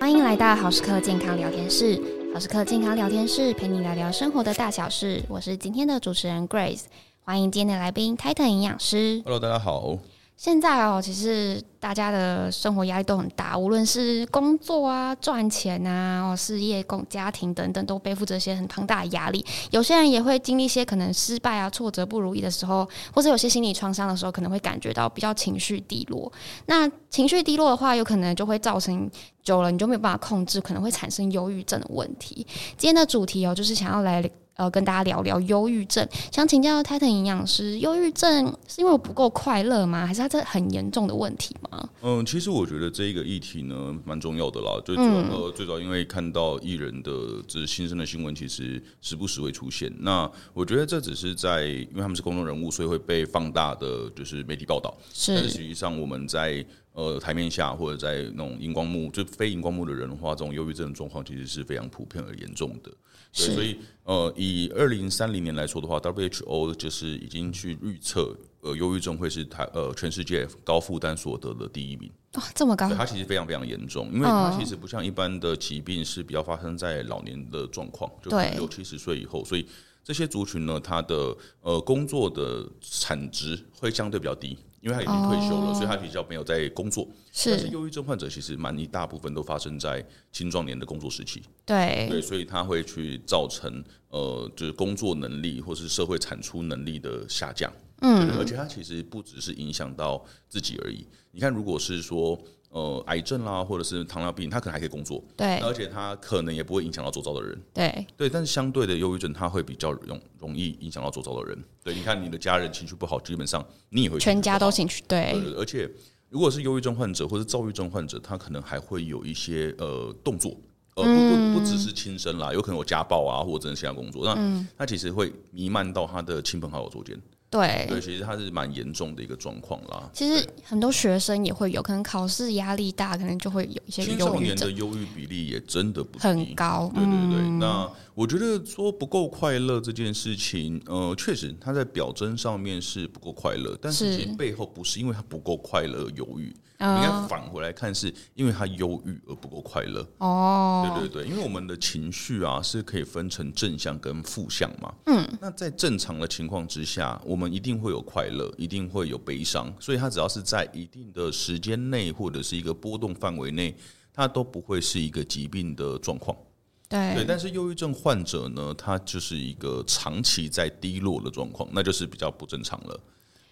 欢迎来到好时刻健康聊天室。好时刻健康聊天室陪你聊聊生活的大小事。我是今天的主持人 Grace，欢迎今天的来宾 Titan 营养师。 Hello，大家好。现在哦，其实大家的生活压力都很大，无论是工作啊、赚钱啊、哦事业、工家庭等等，都背负着一些很庞大的压力。有些人也会经历一些可能失败啊、挫折、不如意的时候，或者有些心理创伤的时候，可能会感觉到比较情绪低落。那情绪低落的话，有可能就会造成久了你就没有办法控制，可能会产生忧郁症的问题。今天的主题哦，就是想要来呃跟大家聊聊忧郁症，想请教 Titan 营养师，忧郁症是因为我不够快乐吗？还是它这很严重的问题吗？嗯，其实我觉得这一个议题呢，蛮重要的啦。最主要、呃最早因为看到艺人的这新生的新闻，其实时不时会出现。那我觉得这只是在，因为他们是公众人物，所以会被放大的，就是媒体报道。但是实是际上我们在呃台面下或者在那种荧光幕，就非荧光幕的人的话，这种忧郁症的状况其实是非常普遍而严重的。对，所是以呃，以二零三零年来说的话，WHO 就是已经去预测，呃，忧郁症会是台呃全世界高负担所得的第一名。哇、这么高对，它其实非常非常严重，因为嗯它其实不像一般的疾病是比较发生在老年的状况，就可能对六七十岁以后，所以这些族群呢，它的呃工作的产值会相对比较低，因为他已经退休了，所以他比较没有在工作。但哦是是，忧郁症患者其实蛮一大部分都发生在青壮年的工作时期，对，对，所以它会去造成呃，就是工作能力或是社会产出能力的下降。对嗯，而且它其实不只是影响到自己而已。你看，如果是说呃癌症啦，或者是糖尿病，他可能还可以工作，对，而且他可能也不会影响到周遭的人。对，对，但是相对的，忧郁症它会比较容容易影响到周遭的人。对，你看你的家人情绪不好，基本上你也会情绪全不家好都进去，对对，对而且如果是忧郁症患者或是躁郁症患者，他可能还会有一些呃动作，呃嗯不不不只是轻生啦，有可能有家暴啊，或者其他工作，那、嗯他其实会弥漫到他的亲朋好友中间，对，对，其实他是蛮严重的一个状况啦。其实很多学生也会有，可能考试压力大，可能就会有一些青忧少郁年症的忧郁比例也真的不低很高，嗯对对对，那我觉得说不够快乐这件事情，呃，确实他在表征上面是不够快乐，但是是其实背后不是因为他不够快乐而忧郁，你应该嗯，返回来看，是因为他忧郁而不够快乐。哦，对对对，因为我们的情绪啊是可以分成正向跟负向嘛。嗯，那在正常的情况之下，我们一定会有快乐，一定会有悲伤，所以它只要是在一定的时间内或者是一个波动范围内，它都不会是一个疾病的状况。对，对，但是忧郁症患者呢，他就是一个长期在低落的状况，那就是比较不正常了。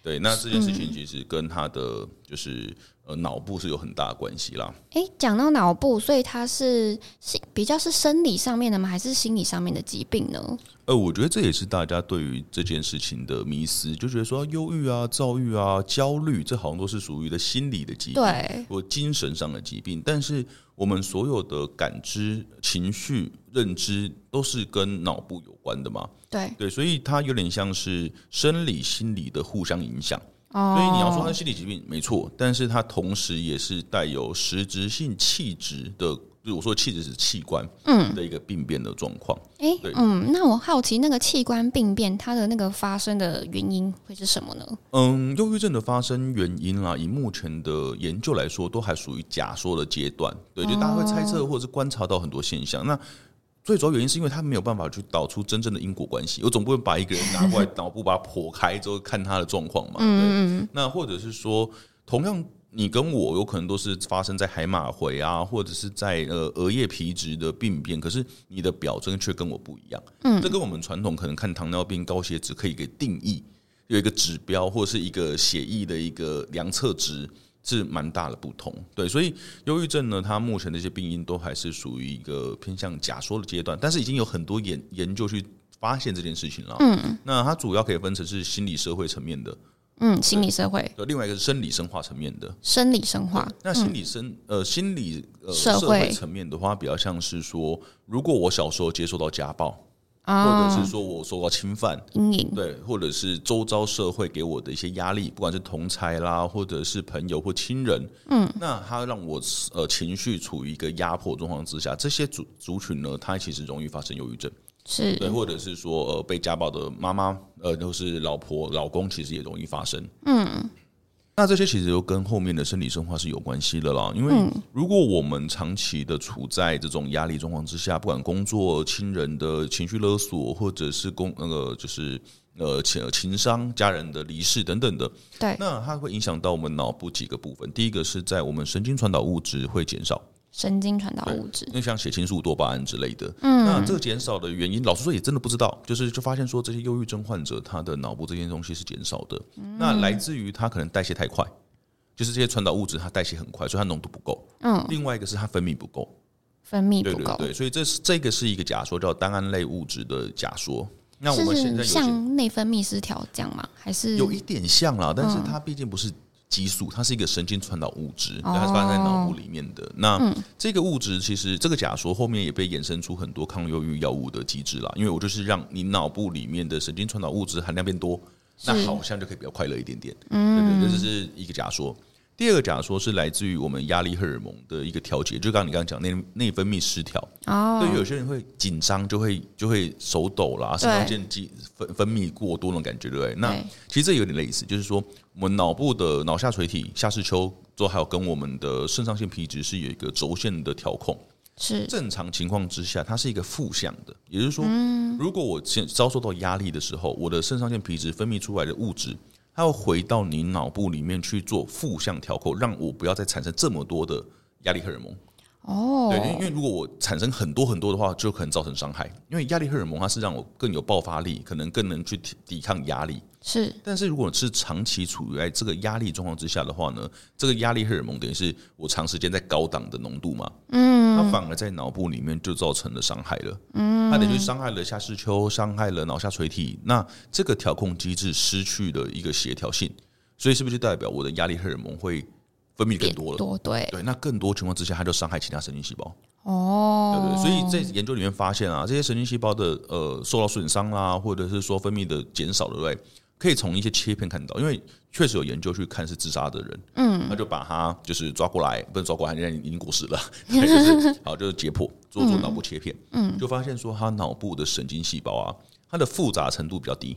对，那这件事情其实跟他的就是呃脑部是有很大的关系啦。哎，讲到脑部，所以它是心比较是生理上面的吗？还是心理上面的疾病呢？呃，我觉得这也是大家对于这件事情的迷思，就觉得说忧郁啊、躁郁啊、焦虑，这好像都是属于的心理的疾病，对，或精神上的疾病。但是我们所有的感知、情绪、认知都是跟脑部有关的嘛。对，对，所以它有点像是生理、心理的互相影响。哦，所以你要说它是心理疾病，没错，但是它同时也是带有实质性气质的，就是我说气质是器官，嗯，的一个病变的状况。哎对，嗯，那我好奇那个器官病变，它的那个发生的原因会是什么呢？嗯，忧郁症的发生原因啦，以目前的研究来说，都还属于假说的阶段。对，就大家会猜测或者是观察到很多现象。那最主要原因是因为他没有办法去导出真正的因果关系，我总不能把一个人拿过来脑部把它剖开之后看他的状况嘛。嗯那或者是说，同样你跟我有可能都是发生在海马回啊，或者是在呃额叶皮质的病变，可是你的表征却跟我不一样。嗯，这跟我们传统可能看糖尿病、高血脂可以给定义。有一个指标或是一个血液的一个量测值是蛮大的不同。对，所以忧郁症呢，它目前这些病因都还是属于一个偏向假说的阶段，但是已经有很多研研究去发现这件事情了。嗯，那它主要可以分成是心理社会层面的，嗯，心理社会、呃另外一个是生理生化层面的。生理生化，那心理生、呃心理呃嗯社会会层面的话，比较像是说，如果我小时候接受到家暴，或者哦，是说我受到侵犯，阴影，对，或者是周遭社会给我的一些压力，不管是同才啦，或者是朋友或亲人，嗯，那它让我呃情绪处于一个压迫状况之下，这些族族群呢，它其实容易发生忧郁症，是对，或者是说呃被家暴的妈妈，呃，就是老婆、老公，其实也容易发生，嗯，那这些其实都跟后面的生理生化是有关系的啦，因嗯为如果我们长期的处在这种压力状况之下，不管工作、亲人的情绪勒索，或者是工那个、就是呃情情商、家人的离世等等的，对那它会影响到我们脑部几个部分。第一个是在我们神经传导物质会减少，神经传导物质因，为像血清素、多巴胺之类的。嗯，那这个减少的原因，老实说也真的不知道，就是就发现说这些忧郁症患者他的脑部这些东西是减少的，嗯那来自于他可能代谢太快，就是这些传导物质它代谢很快，所以它浓度不够。嗯，另外一个是它分泌不够，分泌对不对够，对，所以这是这个是一个假说，叫单胺类物质的假说。那我们现在是有些像内分泌失调这样吗？还是有一点像啦，但是它毕竟不是激素，它是一个神经传导物质，对它是发生在脑部里面的。那这个物质其实这个假说后面也被衍生出很多抗忧郁药物的机制啦，因为我就是让你脑部里面的神经传导物质含量变多，那是好像就可以比较快乐一点点。嗯，对对，这是一个假说。第二个假说是来自于我们压力荷尔蒙的一个调节，就刚刚你刚刚讲内内分泌失调，哦对，于有些人会紧张，就会就会手抖啦，肾上腺激分分泌过多那种感觉，对不对？那对其实这有点类似，就是说我们脑部的脑下垂体、下视丘，都还有跟我们的肾上腺皮质是有一个轴线的调控。是正常情况之下，它是一个负向的，也就是说，如果我现遭受到压力的时候，我的肾上腺皮质分泌出来的物质，它会回到你脑部里面去做负向调控，让我不要再产生这么多的压力荷尔蒙。哦对，因为因为如果我产生很多很多的话，就可能造成伤害。因为压力荷尔蒙它是让我更有爆发力，可能更能去抵抵抗压力。是但是如果是长期处于在这个压力状况之下的话呢，这个压力荷尔蒙等于是我长时间在高档的浓度嘛，嗯，它反而在脑部里面就造成了伤害了，嗯，它等于伤害了下视丘，伤害了脑下垂体，那这个调控机制失去了一个协调性，所以是不是就代表我的压力荷尔蒙会分泌更多了？多对对，那更多情况之下，它就伤害其他神经细胞。对哦对，所以在研究里面发现啊，这些神经细胞的呃受到损伤啦，或者是说分泌的减少，对不对？可以从一些切片看到，因为确实有研究去看是自杀的人，嗯，那就把他就是抓过来，不是抓过来，人家已经过世了， 对就是好就是解剖做做脑部切片，嗯，就发现说他脑部的神经细胞啊，它的复杂程度比较低，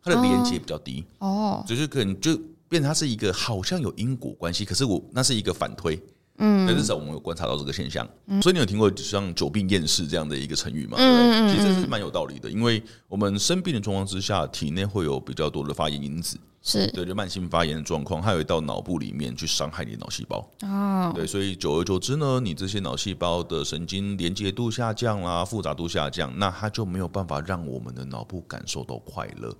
它的连接比较低，哦就是可能就变成它是一个好像有因果关系，可是我那是一个反推。嗯，但至少我们有观察到这个现象，所以你有听过像“久病厌世”这样的一个成语嘛？对不对，其实这是蛮有道理的，因为我们生病的状况之下，体内会有比较多的发炎因子，是对，就慢性发炎的状况，还有到脑部里面去伤害你的脑细胞，哦对，所以久而久之呢，你这些脑细胞的神经连接度下降啦，复杂度下降，那它就没有办法让我们的脑部感受到快乐。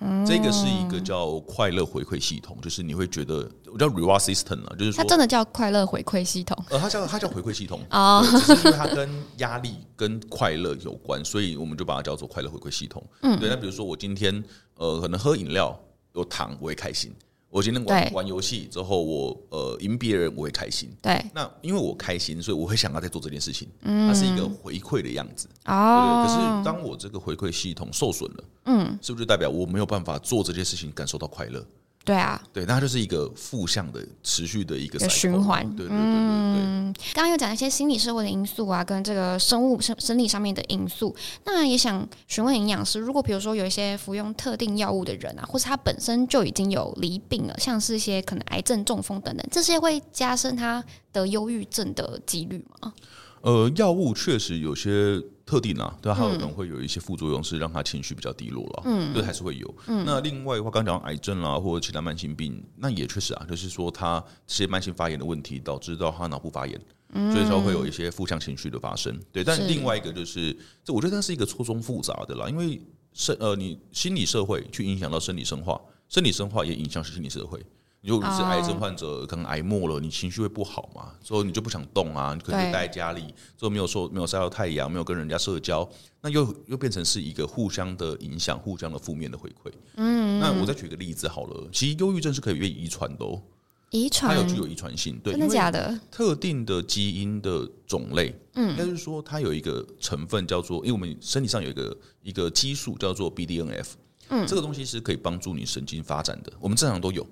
嗯这个是一个叫快乐回馈系统，就是你会觉得我叫 reward system 啊，就是它说，真的叫快乐回馈系统呃，它叫它叫回馈系统。哦对只是因为它跟压力跟快乐有关，所以我们就把它叫做快乐回馈系统。嗯，对。那比如说我今天呃，可能喝饮料有糖，我会开心；我今天玩对玩游戏之后，我呃赢别人，我会开心。对那因为我开心，所以我会想要再做这件事情，它是一个回馈的样子，对不对？可哦是当我这个回馈系统受损了，嗯，是不是就代表我没有办法做这件事情感受到快乐？对啊对，那它就是一个负向的、持续的一个嗯有 cycle 啊循环对对对对对。刚刚有讲一些心理社会的因素啊，跟这个生物生生理上面的因素。那也想询问营养师，如果比如说有一些服用特定药物的人啊，或是他本身就已经有罹病了，像是一些可能癌症、中风等等，这些会加深他得忧郁症的几率吗？呃，药物确实有些特定啊，对吧、它有可能会有一些副作用，是让他情绪比较低落了，嗯，对，还是会有。那另外的话，刚讲癌症啦，或者其他慢性病，那也确实啊，就是说他这些慢性发炎的问题，导致到他脑部发炎。所以才会有一些负向情绪的发生，对。但嗯是另外一个就是，这我觉得它是一个错综复杂的啦，因为生呃，你心理社会去影响到生理生化，生理生化也影响心理社会。如哦果你是癌症患者，可能癌末了，你情绪会不好嘛，所以你就不想动啊，你可能就对待在家里，之后没有受没有晒到太阳，没有跟人家社交，那又又变成是一个互相的影响，互相的负面的回馈。嗯，那我再举个例子好了，其实忧郁症是可以被遗传的哦，遗它传有具有遗传性，对，真的因为假的？特定的基因的种类，嗯，应该是说它有一个成分叫做，因为我们身体上有一个一个激素叫做 BDNF，嗯，这个东西是可以帮助你神经发展的，我们正常都有。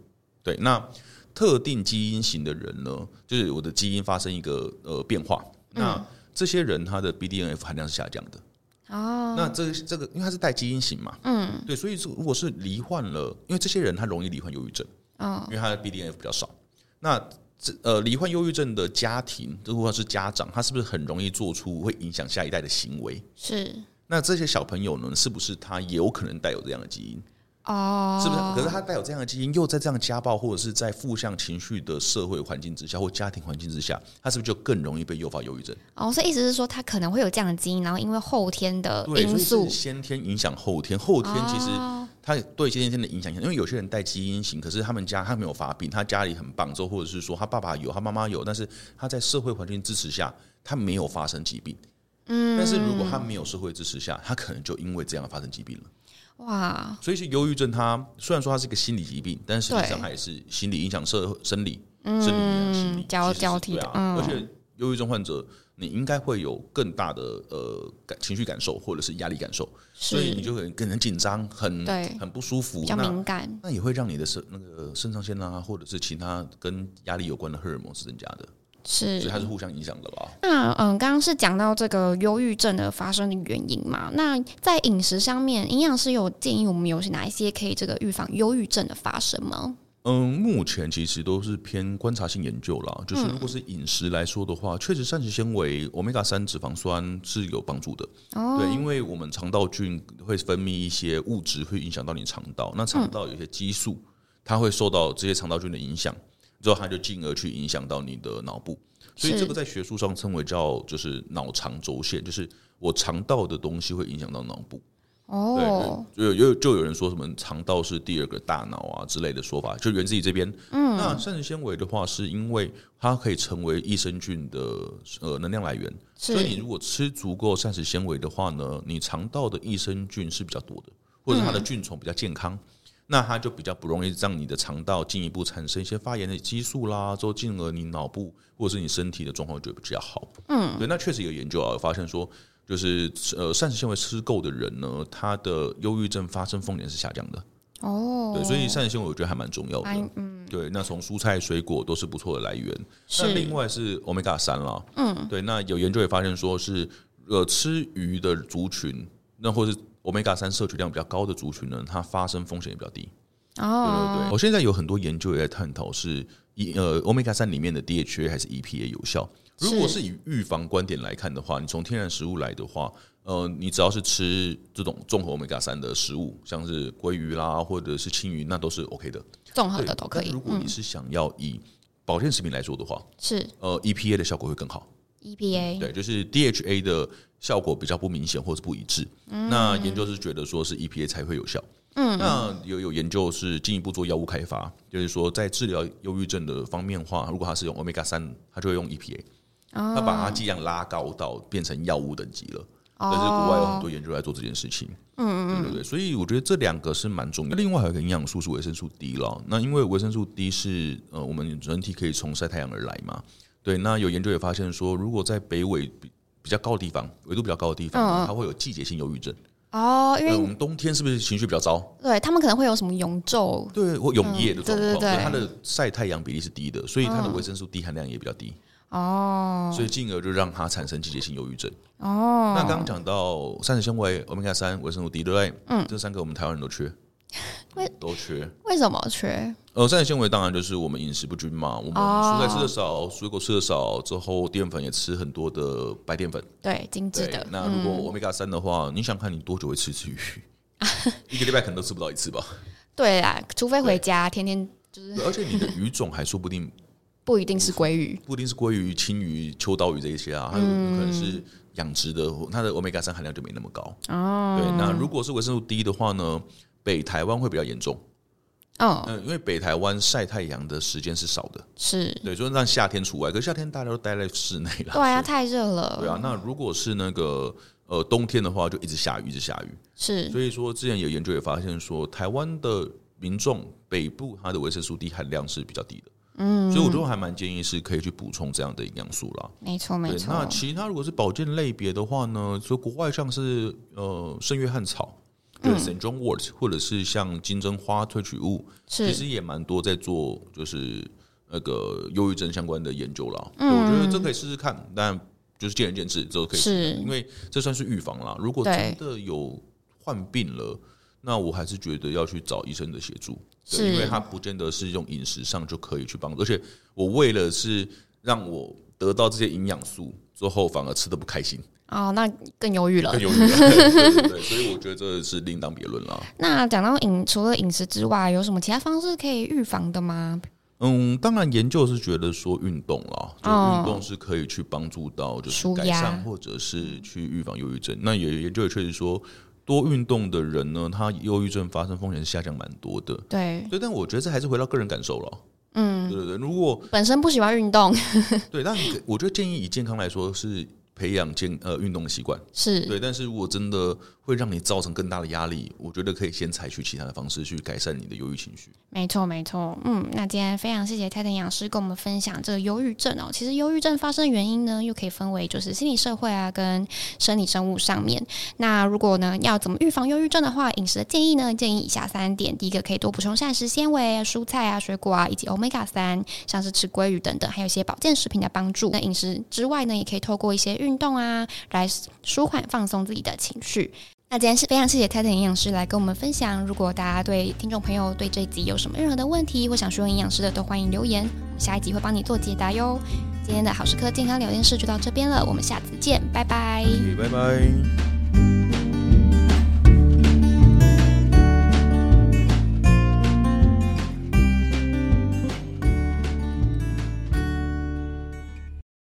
对，那特定基因型的人呢，就是我的基因发生一个呃变化，那这些人他的 BDNF 含量是下降的。哦，那这这个，因为他是带基因型嘛，嗯，对，所以如果是罹患了，因为这些人他容易罹患忧郁症，嗯因为他的 BDNF 比较少。那这呃，罹患忧郁症的家庭，如果是家长，他是不是很容易做出会影响下一代的行为？是那这些小朋友呢，是不是他也有可能带有这样的基因？哦，是不是？可是他带有这样的基因，又在这样家暴或者是在负向情绪的社会环境之下或家庭环境之下，他是不是就更容易被诱发忧郁症？哦，所以意思是说他可能会有这样的基因，然后因为后天的对，因所以素是，先天影响后天，后天其实哦他对先天的影响，因为有些人带基因型，可是他们家他没有发病，他家里很棒，之后或者是说他爸爸有，他妈妈有，但是他在社会环境支持下，他没有发生疾病。嗯，但是如果他没有社会支持下，他可能就因为这样发生疾病了。哇，所以是忧郁症它，虽然说它是一个心理疾病，但实际上它也是心理影响社生理，嗯生理影响心理，交其实是交替的对啊。嗯而且忧郁症患者，你应该会有更大的呃感情绪感受或者是压力感受，所以你是就很可能紧张，很对很不舒服比。较那敏感那也会让你的肾那个肾上腺啊，或者是其他跟压力有关的荷尔蒙是增加的，所以是它。是互相影响的吧？那嗯，刚刚是讲到这个忧郁症的发生的原因嘛？那在饮食上面，营养师有建议我们有哪一些可以这个预防忧郁症的发生吗？嗯，目前其实都是偏观察性研究啦。就是如果是饮食来说的话，确实膳食纤维、欧米伽三脂肪酸是有帮助的。对，因为我们肠道菌会分泌一些物质，会影响到你肠道。那肠道有一些激素，它会受到这些肠道菌的影响，之后它就进而去影响到你的脑部。所以是这个在学术上称为叫就是脑肠轴线，就是我肠道的东西会影响到脑部。哦，对，就有就有人说什么肠道是第二个大脑啊之类的说法，就源自于这边。嗯，那膳食纤维的话，是因为它可以成为益生菌的呃能量来源，所以你是如果吃足够膳食纤维的话呢，你肠道的益生菌是比较多的，或者它的菌虫比较健康。那它就比较不容易让你的肠道进一步产生一些发炎的激素啦，之后进而你脑部或者是你身体的状况就会比较好。嗯，对，那确实有研究啊，有发现说就是呃膳食纤维吃够的人呢，他的忧郁症发生风险是下降的。哦，对，所以膳食纤维我觉得还蛮重要的蛮。嗯对，那从蔬菜水果都是不错的来源。那是另外是 omega 三啦，嗯，对，那有研究也发现说是呃吃鱼的族群，那或是 omega 三摄取量比较高的族群呢，它发生风险也比较低。对哦，对对，我现在有很多研究也在探讨是一呃 omega 三里面的 DHA 还是 EPA 有效。如果是是以预防观点来看的话，你从天然食物来的话，呃，你只要是吃这种综合 omega 三的食物，像是鲑鱼啦，或者是青鱼，那都是 OK 的。综合对，的都可但以如，果你是想要以保健食品来说的话，是，E 呃，EPA 的效果会更好。 EPA 嗯对，就是 DHA 的效果比较不明显或是不一致。那研究是觉得说是 EPA 才会有效。嗯，那有有研究是进一步做药物开发，就是说在治疗忧郁症的方面的话，如果它是用 omega 三，它就会用 E EPA，、它把它剂量拉高到变成药物等级了。但是国外有很哦，多研究在做这件事情，嗯嗯，对对对，所以我觉得这两个是蛮重要的。另外还有一个营养素是维生素 D 了，那因为维生素 D 是呃我们人体可以从晒太阳而来嘛，对，那有研究也发现说，如果在北纬比比较高的地方，纬度比较高的地嗯方，嗯它会有季节性忧郁症。哦，因对，我为们冬天是不是情绪比较糟？对他们可能会有什么永昼对，或永夜的状况，嗯对对对它的晒太阳比例是低的，所以它的维生素 D 含量也比较低，哦所以进而就让它产生季节性忧郁症。哦，那刚刚讲到膳食纤维、欧米伽三、维生素 D，对不对？嗯，这三个我们台湾人都缺，都缺。 为什么缺？呃，膳食纤维当然就是我们饮食不均嘛，我们哦蔬菜吃的少，水果吃的少，之后淀粉也吃很多的白淀粉。对，精致对，的，嗯那如果欧米伽三的话，你想看你多久会吃一次鱼？ 一个礼拜可能都吃不到一次吧。对啦，除非回家天天就是对而且你的鱼种还说不定不一定是鲑鱼，不一定是鲑鱼、青鱼、秋刀鱼这一些啊，还有嗯可能是养殖的，它的欧米伽三含量就没那么高。哦，嗯对，那如果是维生素 D 的话呢，北台湾会比较严重。嗯，嗯，因为北台湾晒太阳的时间是少的，是，对，就是让夏天除外。可是夏天大家都待在室内了，对啊，太热了，对啊。那如果是那个呃冬天的话，就一直下雨，一直下雨。是所以说，之前有研究也发现说，台湾的民众北部它的维生素 D 含量是比较低的。嗯，所以我就还蛮建议是可以去补充这样的营养素啦。没错没对，错那，其他如果是保健类别的话呢，所以国外像是呃圣约翰草，嗯对、St. John wort，或者是像金针花萃取物，其是实也蛮多在做就是那个忧郁症相关的研究啦。嗯，我觉得这可以试试看，但就是见仁见智，之后可以试试看，是因为这算是预防啦。如果对真的有患病了，那我还是觉得要去找医生的协助，对是因为他不见得是用饮食上就可以去帮助，而且我为了是让我得到这些营养素之后，反而吃的不开心，哦，那更忧郁了更。有余了 对对对，所以我觉得这是另当别论啦。那讲到饮，除了饮食之外，有什么其他方式可以预防的吗？嗯，当然，研究是觉得说运动啦，就哦运动是可以去帮助到，就是舒改压善或者是去预防忧郁症。那也研究也确实说，多运动的人呢，他忧郁症发生风险是下降蛮多的。对，对，但我觉得这还是回到个人感受了。嗯，对对对，如果本身不喜欢运动对，但你可我觉得建议以健康来说是培养健呃运动的习惯。是对，但是如果真的会让你造成更大的压力，我觉得可以先采取其他的方式去改善你的忧郁情绪。没错没错。嗯，那今天非常谢谢泰腾营养师跟我们分享这个忧郁症哦。其实忧郁症发生的原因呢，又可以分为就是心理社会啊跟生理生物上面。那如果呢要怎么预防忧郁症的话，饮食的建议呢，建议以下三点：第一个可以多补充膳食纤维、蔬菜啊、水果啊，以及 omega 三，像是吃鲑鱼等等，还有一些保健食品的帮助。那饮食之外呢，也可以透过一些运动啊，来舒缓放松自己的情绪。那今天是非常谢谢泰坦营养师来跟我们分享。如果大家对听众朋友对这一集有什么任何的问题，或想询问营养师的，都欢迎留言，我们下一集会帮你做解答哟。今天的好时刻健康聊天室就到这边了，我们下次见，拜拜。 OK，拜拜。